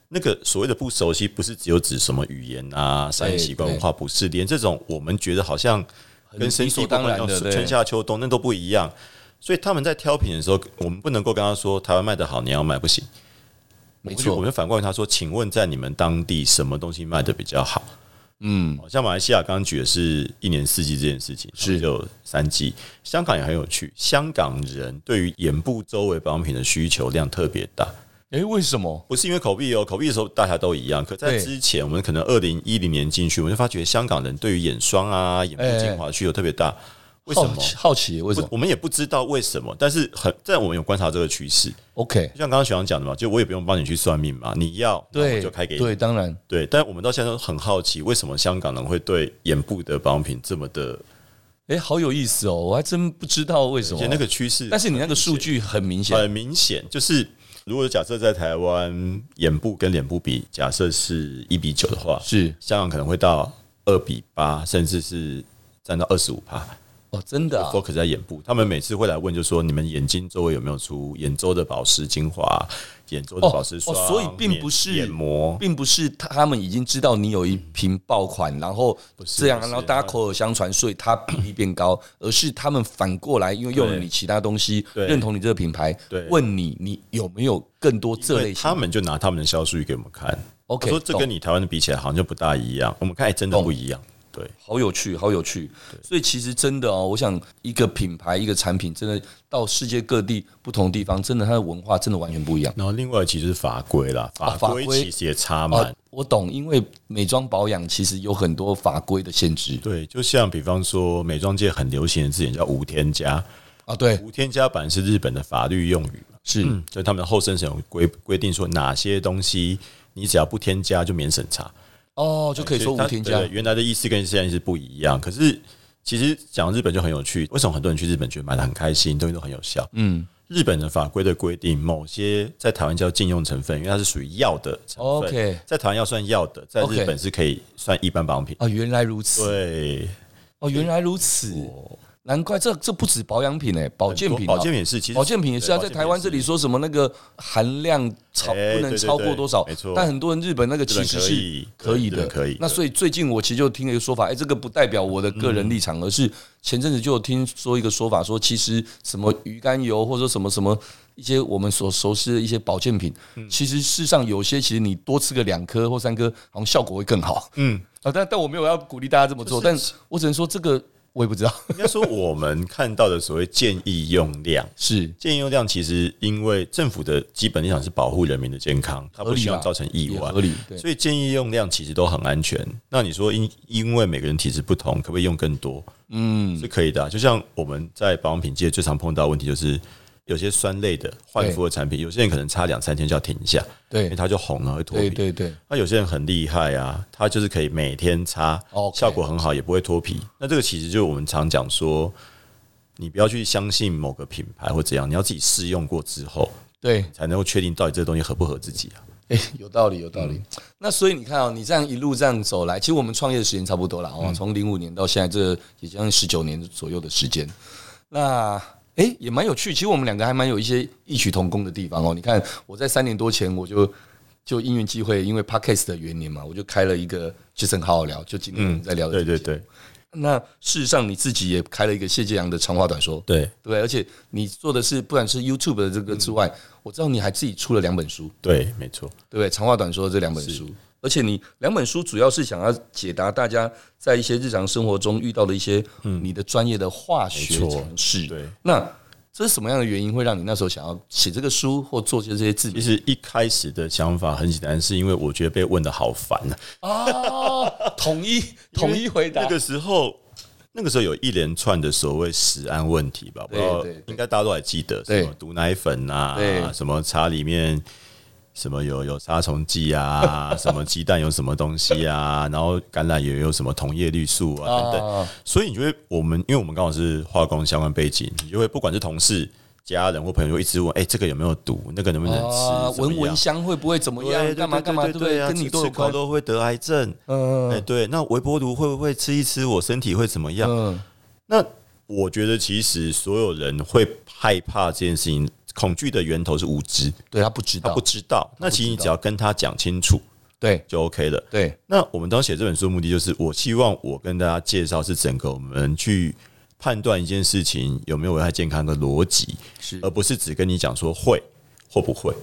那个所谓的不熟悉，不是只有指什么语言啊、三习惯文化，不是连这种我们觉得好像跟生
理所
意
当然的对
春夏秋冬那都不一样。所以他们在挑品的时候，我们不能够跟他说台湾卖的好，你要买不行。
没
我就我
错，
们反过来问他说，请问在你们当地什么东西卖的比较好？哦
嗯，
好像马来西亚刚刚举的是一年四季这件事情，
是
只有三季。香港也很有趣，香港人对于眼部周围保养品的需求量特别大。
诶，为什么？
不是因为口鼻哦，口鼻的时候大家都一样。可在
对
之前，我们可能二零一零年进去，我们就发觉香港人对于眼霜啊、眼部精华的需求特别大。为什
好
么？
奇好哦奇为什
不
么
我们也不知道为什么，但是很，但我们有观察这个趋势。
？OK，
就像刚刚学长讲的嘛，就我也不用帮你去算命嘛，你要那
对，
我就开给你。
对，当然
对，但我们到现在都很好奇，为什么香港人会对眼部的保养品这么的？
哎、好有意思哦，我还真不知道为
而
什么
且。那个哎趋势，
但是你那个数据很明显，
很明显，就是如果假设在台湾眼部跟脸部比，假设是一比九的话，
是
香港可能会到二比八，甚至是占到二十五趴。
哦，真的、啊，
focus 在眼部，他们每次会来问，就说你们眼睛周围有没有出眼周的保湿精华、眼周的保湿霜、
哦哦所以并不是
眼眼膜，
并不是他们已经知道你有一瓶爆款，然后这样，
不是嗯
然后大家口耳相传，所以它比例变高，而是他们反过来，因为用了
对
你其他东西，
对
认同你这个品牌
对，
问你你有没有更多这
对
类型
他们就拿他们的销售数据给我们看。他
OK，
说这
懂
跟你台湾的比起来好像就不大一样，我们看、哎真的不一样。对，
好有趣，好有趣。所以其实真的哦，我想一个品牌、一个产品，真的到世界各地不同地方，真的它的文化真的完全不一样。
然后另外其实是法规啦，
啊
法
法
规
规
其实也差蛮
哦，我懂，因为美妆保养其实有很多法规的限制
对，就像比方说美妆界很流行的字眼叫无添加，
啊。对，
无添加版是日本的法律用语嘛，
是
就他们的后生审有规规定说哪些东西你只要不添加就免审查，
哦，就可以说
所
无
它
添加
对。原来的意思跟现在是不一样，可是其实讲日本就很有趣，为什么很多人去日本觉得买的很开心，东西都很有效？
嗯，
日本的法规的规定，某些在台湾叫禁用成分，因为它是属于药的成分
哦 OK
在台湾要算药的，在
OK
日本是可以算一般保养品。
哦，原来如此。
对，
哦，原来如此。难怪这这不止保养品哎，保健品啊、
保健品也是，其实
保健品也是啊，在台湾这里说什么那个含量超
哎
不能
对对
超过
对
多少
没，错
但很多人日本那个其实是
日本
可
可以
以的，
对日本可以
那所以最近我其实就听了一个说法，哎，这个不代表我的个人立场，而是前阵子就有听说一个说法，说其实什么鱼肝油或者说什么什么。一些我们所熟悉的一些保健品，
嗯
其实事实上有些其实你多吃个两颗或三颗，好像效果会更好。嗯，啊，但但我没有要鼓励大家这么做，但我只能说这个我也不知道。
应该说我们看到的所谓建议用量，
是
建议用量其实因为政府的基本立场是保护人民的健康，它
合
不
理
希望
啦
造成意
也
外
合，理，对，
所以建议用量其实都很安全。那你说因因为每个人体质不同，可不可以用更多？嗯，是可以的啊、就像我们在保养品界最常碰到的问题就是。有些酸类的焕肤的产品，有些人可能擦两三天就要停一下，因为
对
它就红了，会脱
对
皮。
对对，
那有些人很厉害啊，他就是可以每天擦
哦 OK
效果很好，也不会脱皮。那这个其实就是我们常讲说，你不要去相信某个品牌或怎样，你要自己试用过之后，
对，
才能够确定到底这个东西合不合自己啊。
哎、有道理，有道理。那所以你看哦，你这样一路这样走来，其实我们创业的时间差不多了哦，从零五年到现在，这也将近十九年左右的时间。那哎、也蛮有趣。其实我们两个还蛮有一些异曲同工的地方哦。你看，我在三年多前我就就因缘际会，因为 podcast 的原因嘛，我就开了一个就很好好聊，就今天我嗯们在聊的、
对对。对
那事实上你自己也开了一个谢建阳的长话短说，
对
对，而且你做的是不然是 YouTube 的这个之外，我知道你还自己出了两本书，
对，没错。
对不对？长话短说这两本书，而且你两本书主要是想要解答大家在一些日常生活中遇到的一些你的专业的化学
嗯没错
常识。
对，
那这是什么样的原因会让你那时候想要写这个书或做这些字
其？实一开始的想法很简单，是因为我觉得被问的好烦啊。
啊，
*laughs*
统一统一回答
那。个时候，那个时候有一连串的所谓食安问题吧，不
对
知道
对对
应该大家都还记得，
对
什么毒奶粉
对
啊，什么茶里面什么有有杀虫剂啊，什么鸡蛋有什么东西啊，然后橄榄油有什么铜叶绿素啊等等，
啊，
所以你就会我们因为我们刚好是化工相关背景，你就会不管是同事。家人或朋友就一直问，哎、这个有没有毒？那个能不能吃？
啊
怎么
闻
样
闻香会不会怎么
对
样？
对
干嘛
对
干嘛？对不对？
啊
跟你
吃
都
吃
有关
烤。肉会得癌症，
嗯
哎，对，那微波炉会不会吃一吃我身体会怎么样？
嗯，
那我觉得其实所有人会害怕这件事情，恐惧的源头是无知，
对他不知
他
道
不，知道。那其实你只要跟他讲清楚
对
就 OK 了。
对
那我们当时写这本书的目的就是，我希望我跟大家介绍是整个我们去判断一件事情有没有危害健康的逻辑，
是
而，不是只跟你讲说会或不会。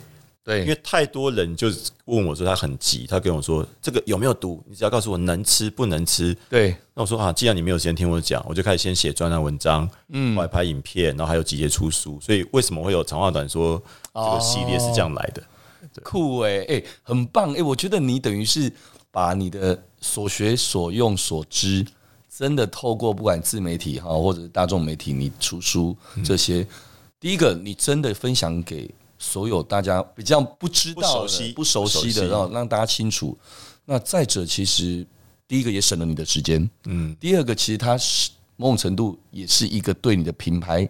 对，
因为太多人就是问我说他很急，他跟我说这个有没有毒？你只要告诉我能吃不能吃。
对
那我说啊，既然你没有时间听我讲，我就开始先写专栏文章，嗯，后来拍影片，然后还有集结出书。所以为什么会有长话短说这
哦
个系列是这样来的？
酷哎、欸、哎、很棒哎、欸我觉得你等于是把你的所学所用所知，真的透过不管自媒体哈，或者是大众媒体，你出书
嗯
这些，第一个你真的分享给所有大家比较不知道的、
不熟悉
不熟悉
不熟
的，
悉
然后让大家清楚。那再者，其实第一个也省了你的时间，嗯，第二个其实它是某种程度也是一个对你的品牌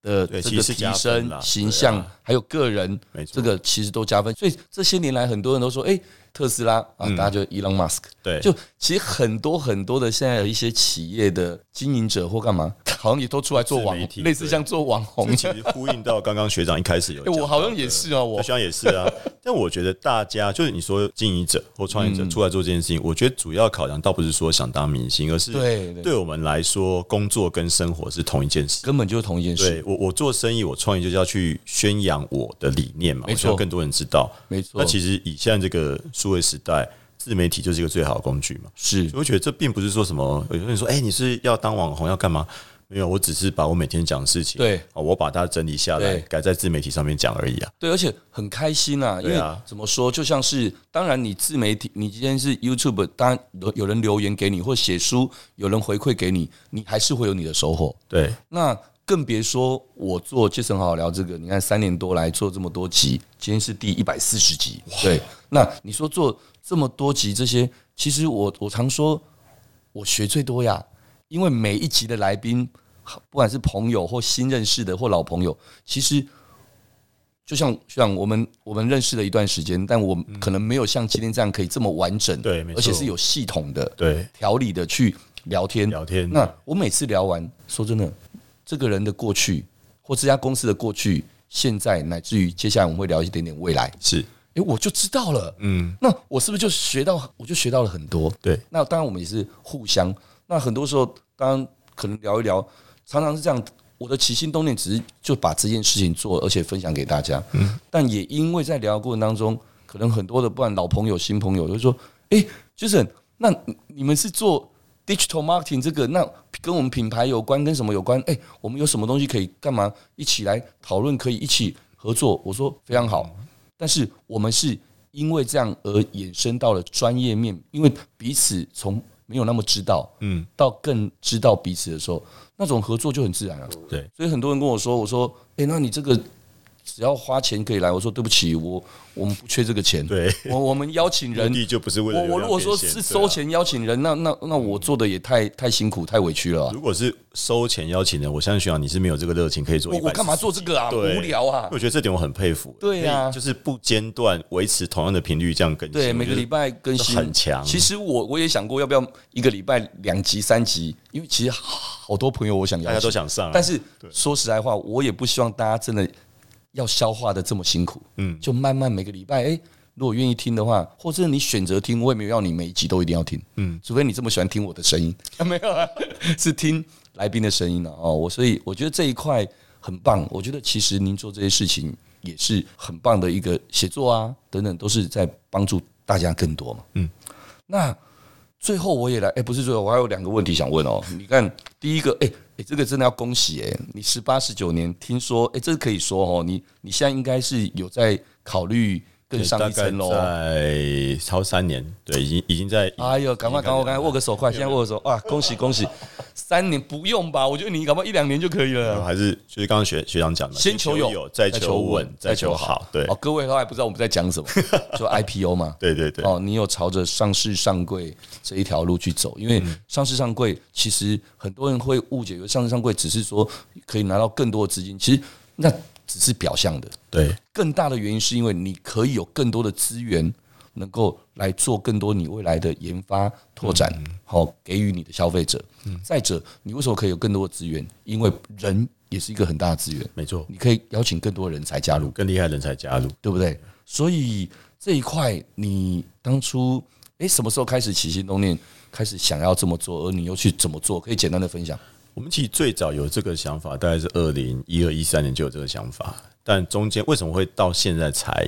的
对
这
其
个
实是
提
加分
升
啦
形
对啊
象，还有个人
没，错
这个其实都加分。所以这些年来，很多人都说，哎、特斯拉啊，大家就 Elon Musk，
嗯对
就其实很多很多的现在有一些企业的经营者或干嘛，好像也都出来做网
自媒体
红，类似像做网红
这
一
其
样。
实呼应到刚刚学长一开始有
*laughs* 哎
讲到的，
我好像也是哦，我
好像也是
*laughs*
啊。但我觉得大家就是你说经营者或创业
嗯
者出来做这件事情，我觉得主要考量倒不是说想当明星，而是
对对
对我们来说，工作跟生活是同一件事。
根本就是同一件
对
事，
我，我做生意，我创业就是要去宣扬我的理念嘛，
没
我
错
希望更多人知道。
没错。
那其实以现在这个数位时代，自媒体就是一个最好的工具嘛。
是
所以我觉得这并不是说什么，有些人说，哎、你是要当网红要干嘛？没有，我只是把我每天讲的事情，
对
啊，我把它整理下来
对，
改在自媒体上面讲而已啊。
对，而且很开心啊，因
对
为
啊
怎么说，就像是当然你自媒体，你今天是 YouTube，当然有有人留言给你，或写书，有人回馈给你，你还是会有你的收获。
对，
那更别说我做《杰森好好聊》这个，你看三年多来做这么多集，今天是第一百四十集。对，那你说做这么多集这些，其实我我常说，我学最多呀，因为每一集的来宾，不管是朋友或新认识的或老朋友，其实。就像像我们我们认识了一段时间，但我可能没有像今天这样可以这么完整，
嗯对没错
而且是有系统的、
对，
条理的去聊天，
聊天
那我每次聊完，说真的，这个人的过去，或这家公司的过去、现在，乃至于接下来我们会聊一点点未来，
是，
诶，我就知道了。
嗯，
那我是不是就学到，我就学到了很多？
对，
那当然，我们也是互相。那很多时候，当然可能聊一聊，常常是这样。我的起心动念只是就把这件事情做，而且分享给大家。嗯，但也因为在聊的过程当中，可能很多的不管老朋友、新朋友就说：“哎、j a s o n 那你你们是做 digital marketing 这个，那跟我们品牌有关，跟什么有关？哎、我们有什么东西可以干嘛？一起来讨论，可以一起合作。”我说非常好，但是我们是因为这样而衍生到了专业面，因为彼此从没有那么知道，
嗯，
到更知道彼此的时候，那种合作就很自然了、啊
对，
所以很多人跟我说，我说，诶，那你这个只要花钱可以来，我说对不起，我我们不缺这个钱，
对，
我我们邀请
目
人。
的就不是为了
我
流
我
量
如果说
变现
是
对啊
收钱邀请人，那那那我做的也太太辛苦太委屈了啊、
如果是收钱邀请人，我相信学啊长你是没有这个热情可以做
我
一百。
我干嘛做这个啊？
对
无聊啊！
我觉得这点我很佩服。
对啊
可以就是不间断维持同样的频率这样更新。
对，每个礼
拜
拜更新
这很强
其实我我也想过要不要一个礼拜两集、三集，因为其实好多朋友我想邀
大
请，
家都想上啊，
但是说实在话，我也不希望大家真的要消化的这么辛苦。嗯，就慢慢每个礼拜，哎、如果愿意听的话，或者你选择听，我也没有要你每一集都一定要听。嗯，除非你这么喜欢听我的声音， *laughs* 没有啊，是听来宾的声音了、哦。我所以我觉得这一块很棒。我觉得其实您做这些事情也是很棒的一个写作啊，等等，都是在帮助大家更多嘛。嗯，那。最后我也来，哎、不是最后，我还有两个问题想问哦。你看，第一个，哎、哎、这个真的要恭喜哎、你十八十九年，听说，哎、这个可以说哦，你你现在应该是有在考虑更上
大
一
概
层楼。
在超三年，对，已经已经在。
哎呦，赶快赶
啊
快赶快握个手，快！现在握个手啊！恭喜恭喜！三年不用吧？我觉得你搞不好一两年就可以
然后
了。
还是就是刚刚学学长讲的，
先求有，
再求稳，再求好。对
哦，，各位都还不知道我们在讲
*laughs*
什么，就 IPO 嘛。
对对对，
哦，你有朝着上市上柜这一条路去走，因
嗯
为上市上柜其实很多人会误解，为上市上柜只是说可以拿到更多的资金，其实那只是表象的。
对
更大的原因是因为你可以有更多的资源，能够来做更多你未来的研发拓展，好、给予你的消费者。再者，你为什么可以有更多的资源？因为人也是一个很大的资源，
没错，
你可以邀请更多人才加入。
更厉害的人才加入。
对不对？所以这一块，你当初诶什么时候开始起心动念，开始想要这么做，而你又去怎么做？可以简单的分享。
我们其实最早有这个想法，大概是二零一二一三年就有这个想法，但中间为什么会到现在才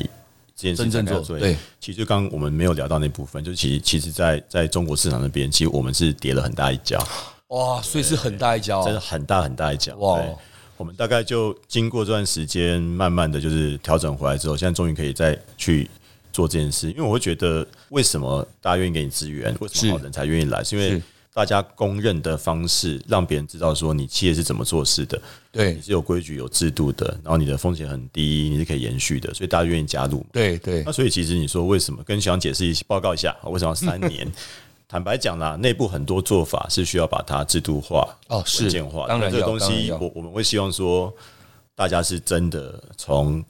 这件事
真正
情
做
才做？
对，
其实就刚刚我们没有聊到那部分，就是其实其实在，在中国市场那边，其实我们是跌了很大一跤，
哇，所以是很大一跤、
真的
哦，
很大很大一跤。
哇哦
对，我们大概就经过这段时间，慢慢的就是调整回来之后，现在终于可以再去做这件事。因为我会觉得，为什么大家愿意给你资源，为什
是
么好人才愿意来，是因为
是
大家公认的方式，让别人知道说你企业是怎么做事的，
对
你是有规矩、有制度的，然后你的风险很低，你是可以延续的，所以大家愿意加入嘛。
对对
那所以其实你说为什么跟小杨解释一下，报告一下为什么要三年？坦白讲啦，内部很多做法是需要把它制度化、
哦是
文件化。
当然
那这个
要
东
当然
西
要
我我们会希望说，大家是真的从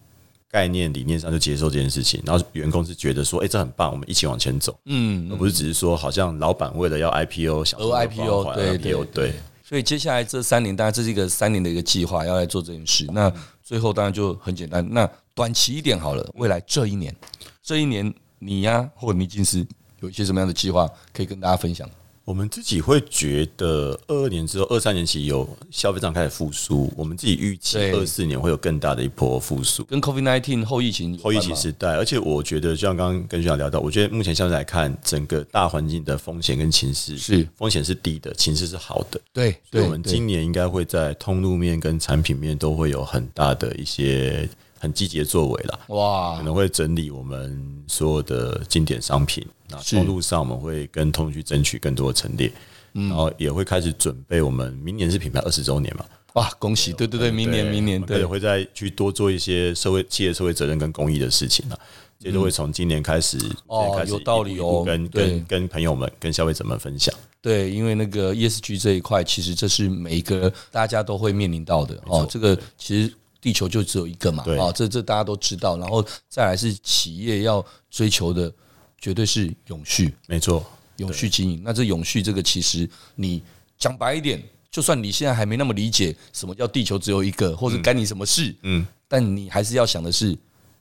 概念理念上就接受这件事情，然后员工是觉得说，哎、这很棒，我们一起往前走，
嗯，
而不是只是说好像老板为了要 IPO 想
额 IPO 对
i p o
对
对。
所以接下来这三年，当然这是一个三年的一个计划，要来做这件事。那最后当然就很简单，那短期一点好了，未来这一年，这一年你呀、或者倪静思有一些什么样的计划可以跟大家分享？
我们自己会觉得，二二年之后，二三年期有消费上开始复苏，我们自己预期
对
二四年会有更大的一波复苏。
跟 COVID nineteen 后疫情有
后
关
疫
吗
情时代，而且我觉得，就像刚刚跟学长聊到，我觉得目前相对来看，整个大环境的风险跟情势
是
风险是低的，情势是好的，
对
所
对，
以我们
对
今年应该会在通路面跟产品面都会有很大的一些很积极的作为啦。可
哇
能会整理我们所有的经典商品，那
是
通路上我们会跟通路去争取更多的陈列，
嗯
然后也会开始准备我们明年是品牌二十周年嘛，
哇，恭喜！对对对，明年明年
对，
对
会再去多做一些社会企业社会责任跟公益的事情啊。这都会从今年开始，
嗯哦
今年开始
有道理哦
一步一步跟
对
跟跟朋友们、跟消费者们分享。
对，因为那个 ESG 这一块，其实这是每一个大家都会面临到的哦。这个其实地球就只有一个嘛，
对
哦，这这大家都知道。然后再来是企业要追求的，绝对是永续，
没错，
永续经营。那这永续这个，其实你讲白一点，就算你现在还没那么理解什么叫地球只有一个，或者干你什么事，
嗯，
但你还是要想的是，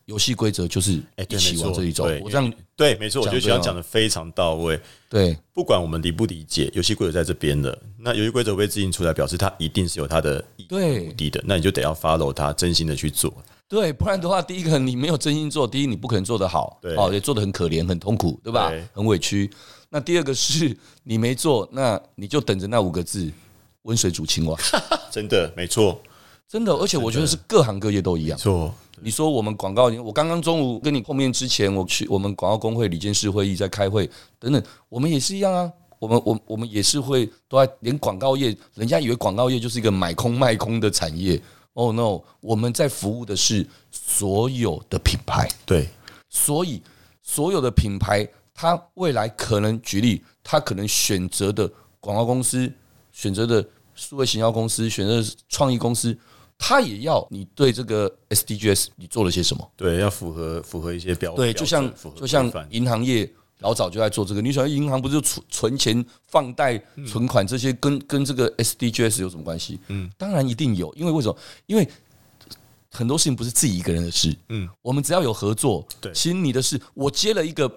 游戏规则就是
哎
一
对
起
没
往
错
这里走
对。
我这样
对，没错，我觉得
讲
学
对
长
哦
讲的非常到位。
对
不管我们理不理解，游戏规则在这边的，那游戏规则被制定出来，表示它一定是有它的意义
对
目的的，那你就得要 follow 它，真心的去做。
对，不然的话，第一个你没有真心做，第一你不可能做得好，
对
哦，也做得很可怜、很痛苦，对吧？
对
很委屈。那第二个是你没做，那你就等着那五个字“温水煮青
*laughs*
蛙
真的，没错，”。
真的，而且我觉得是各行各业都一样。
错，
你说我们广告，我刚刚中午跟你碰面之前，我去我们广告工会理监事会议在开会，等等，我们也是一样啊。我们我我们也是会都在连广告业，人家以为广告业就是一个买空卖空的产业。Oh no，我们在服务的是所有的品牌，
对，
所以所有的品牌，它未来可能举例，它可能选择的广告公司、选择的数位行销公司、选择的创意公司，它也要你对这个 SDGs 你做了些什么？
对，要符合符合一些标
对，
标
就
准
像
符合
就像
规范
银行业老早就在做这个。你想，银行不是存存钱、放贷、存款这些跟跟这个 SDGs 有什么关系？嗯，当然一定有，因为为什么？因为很多事情不是自己一个人的事。嗯
嗯，
我们只要有合作，
对
其实你的事，我接了一个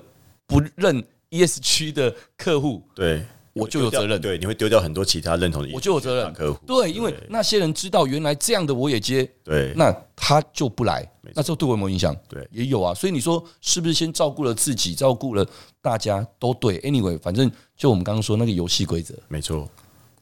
不认 ESG 的客户，
对，
我就有责任
丢掉对，你会丢掉很多其他认同的，
我就有责任。
客户，
对，因为那些人知道原来这样的我也接，
对，
那他就不来
没，错
那这对我有没有影响？
对
也有啊。所以你说是不是先照顾了自己，照顾了大家都对？Anyway，反正就我们刚刚说那个游戏规则，
没错，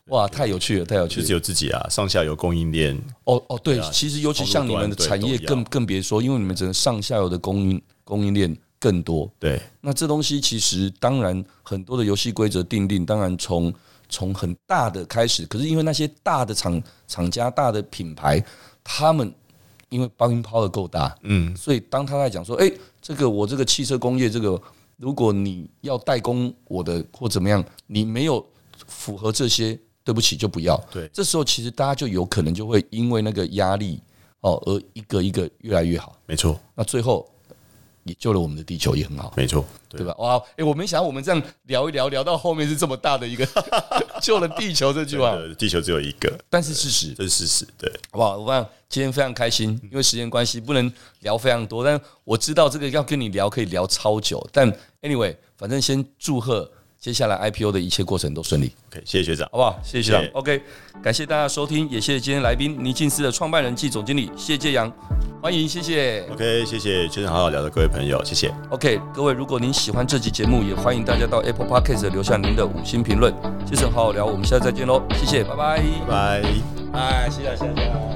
哇，太有趣了，太有趣
就
了
是。有自己啊，上下游供应链，
哦哦，对
啊，
其实尤其像你们的产业
从陆端对
更更别说，因为你们整个上下游的供应供应链更多。
对，
那这东西其实当然很多的游戏规则定定，当然从从很大的开始，可是因为那些大的厂厂家、大的品牌，他们因为 buying power 够大，
嗯，
所以当他在讲说，哎、这个我这个汽车工业，这个如果你要代工我的或怎么样，你没有符合这些，对不起就不要。
对
这时候其实大家就有可能就会因为那个压力哦，而一个一个越来越好。
没错，
那最后也救了我们的地球，也很好。
没错，对
对吧？哇，哎、我没想到我们这样聊一聊，聊到后面是这么大的一个 *laughs* 救了地球这句话。
真的呃地球只有一个，
但是事实，
这是事实，对，
好不好？我想今天非常开心，因为时间关系不能聊非常多，但我知道这个要跟你聊可以聊超久。但 anyway，反正先祝贺接下来 IPO 的一切过程都顺利，
OK，谢谢学长
好。不好？谢谢学
谢
长。OK，感谢大家收听，也谢谢今天来宾倪静思的创办人暨总经理谢介阳，欢迎，谢谢。
OK，谢谢学长好好聊的各位朋友，谢谢。
OK，各位，如果您喜欢这期节目，也欢迎大家到 Apple Podcast 留下您的五星评论。谢谢好好聊，我们下次再见喽，谢谢，拜拜，
拜。
拜，谢谢，谢谢。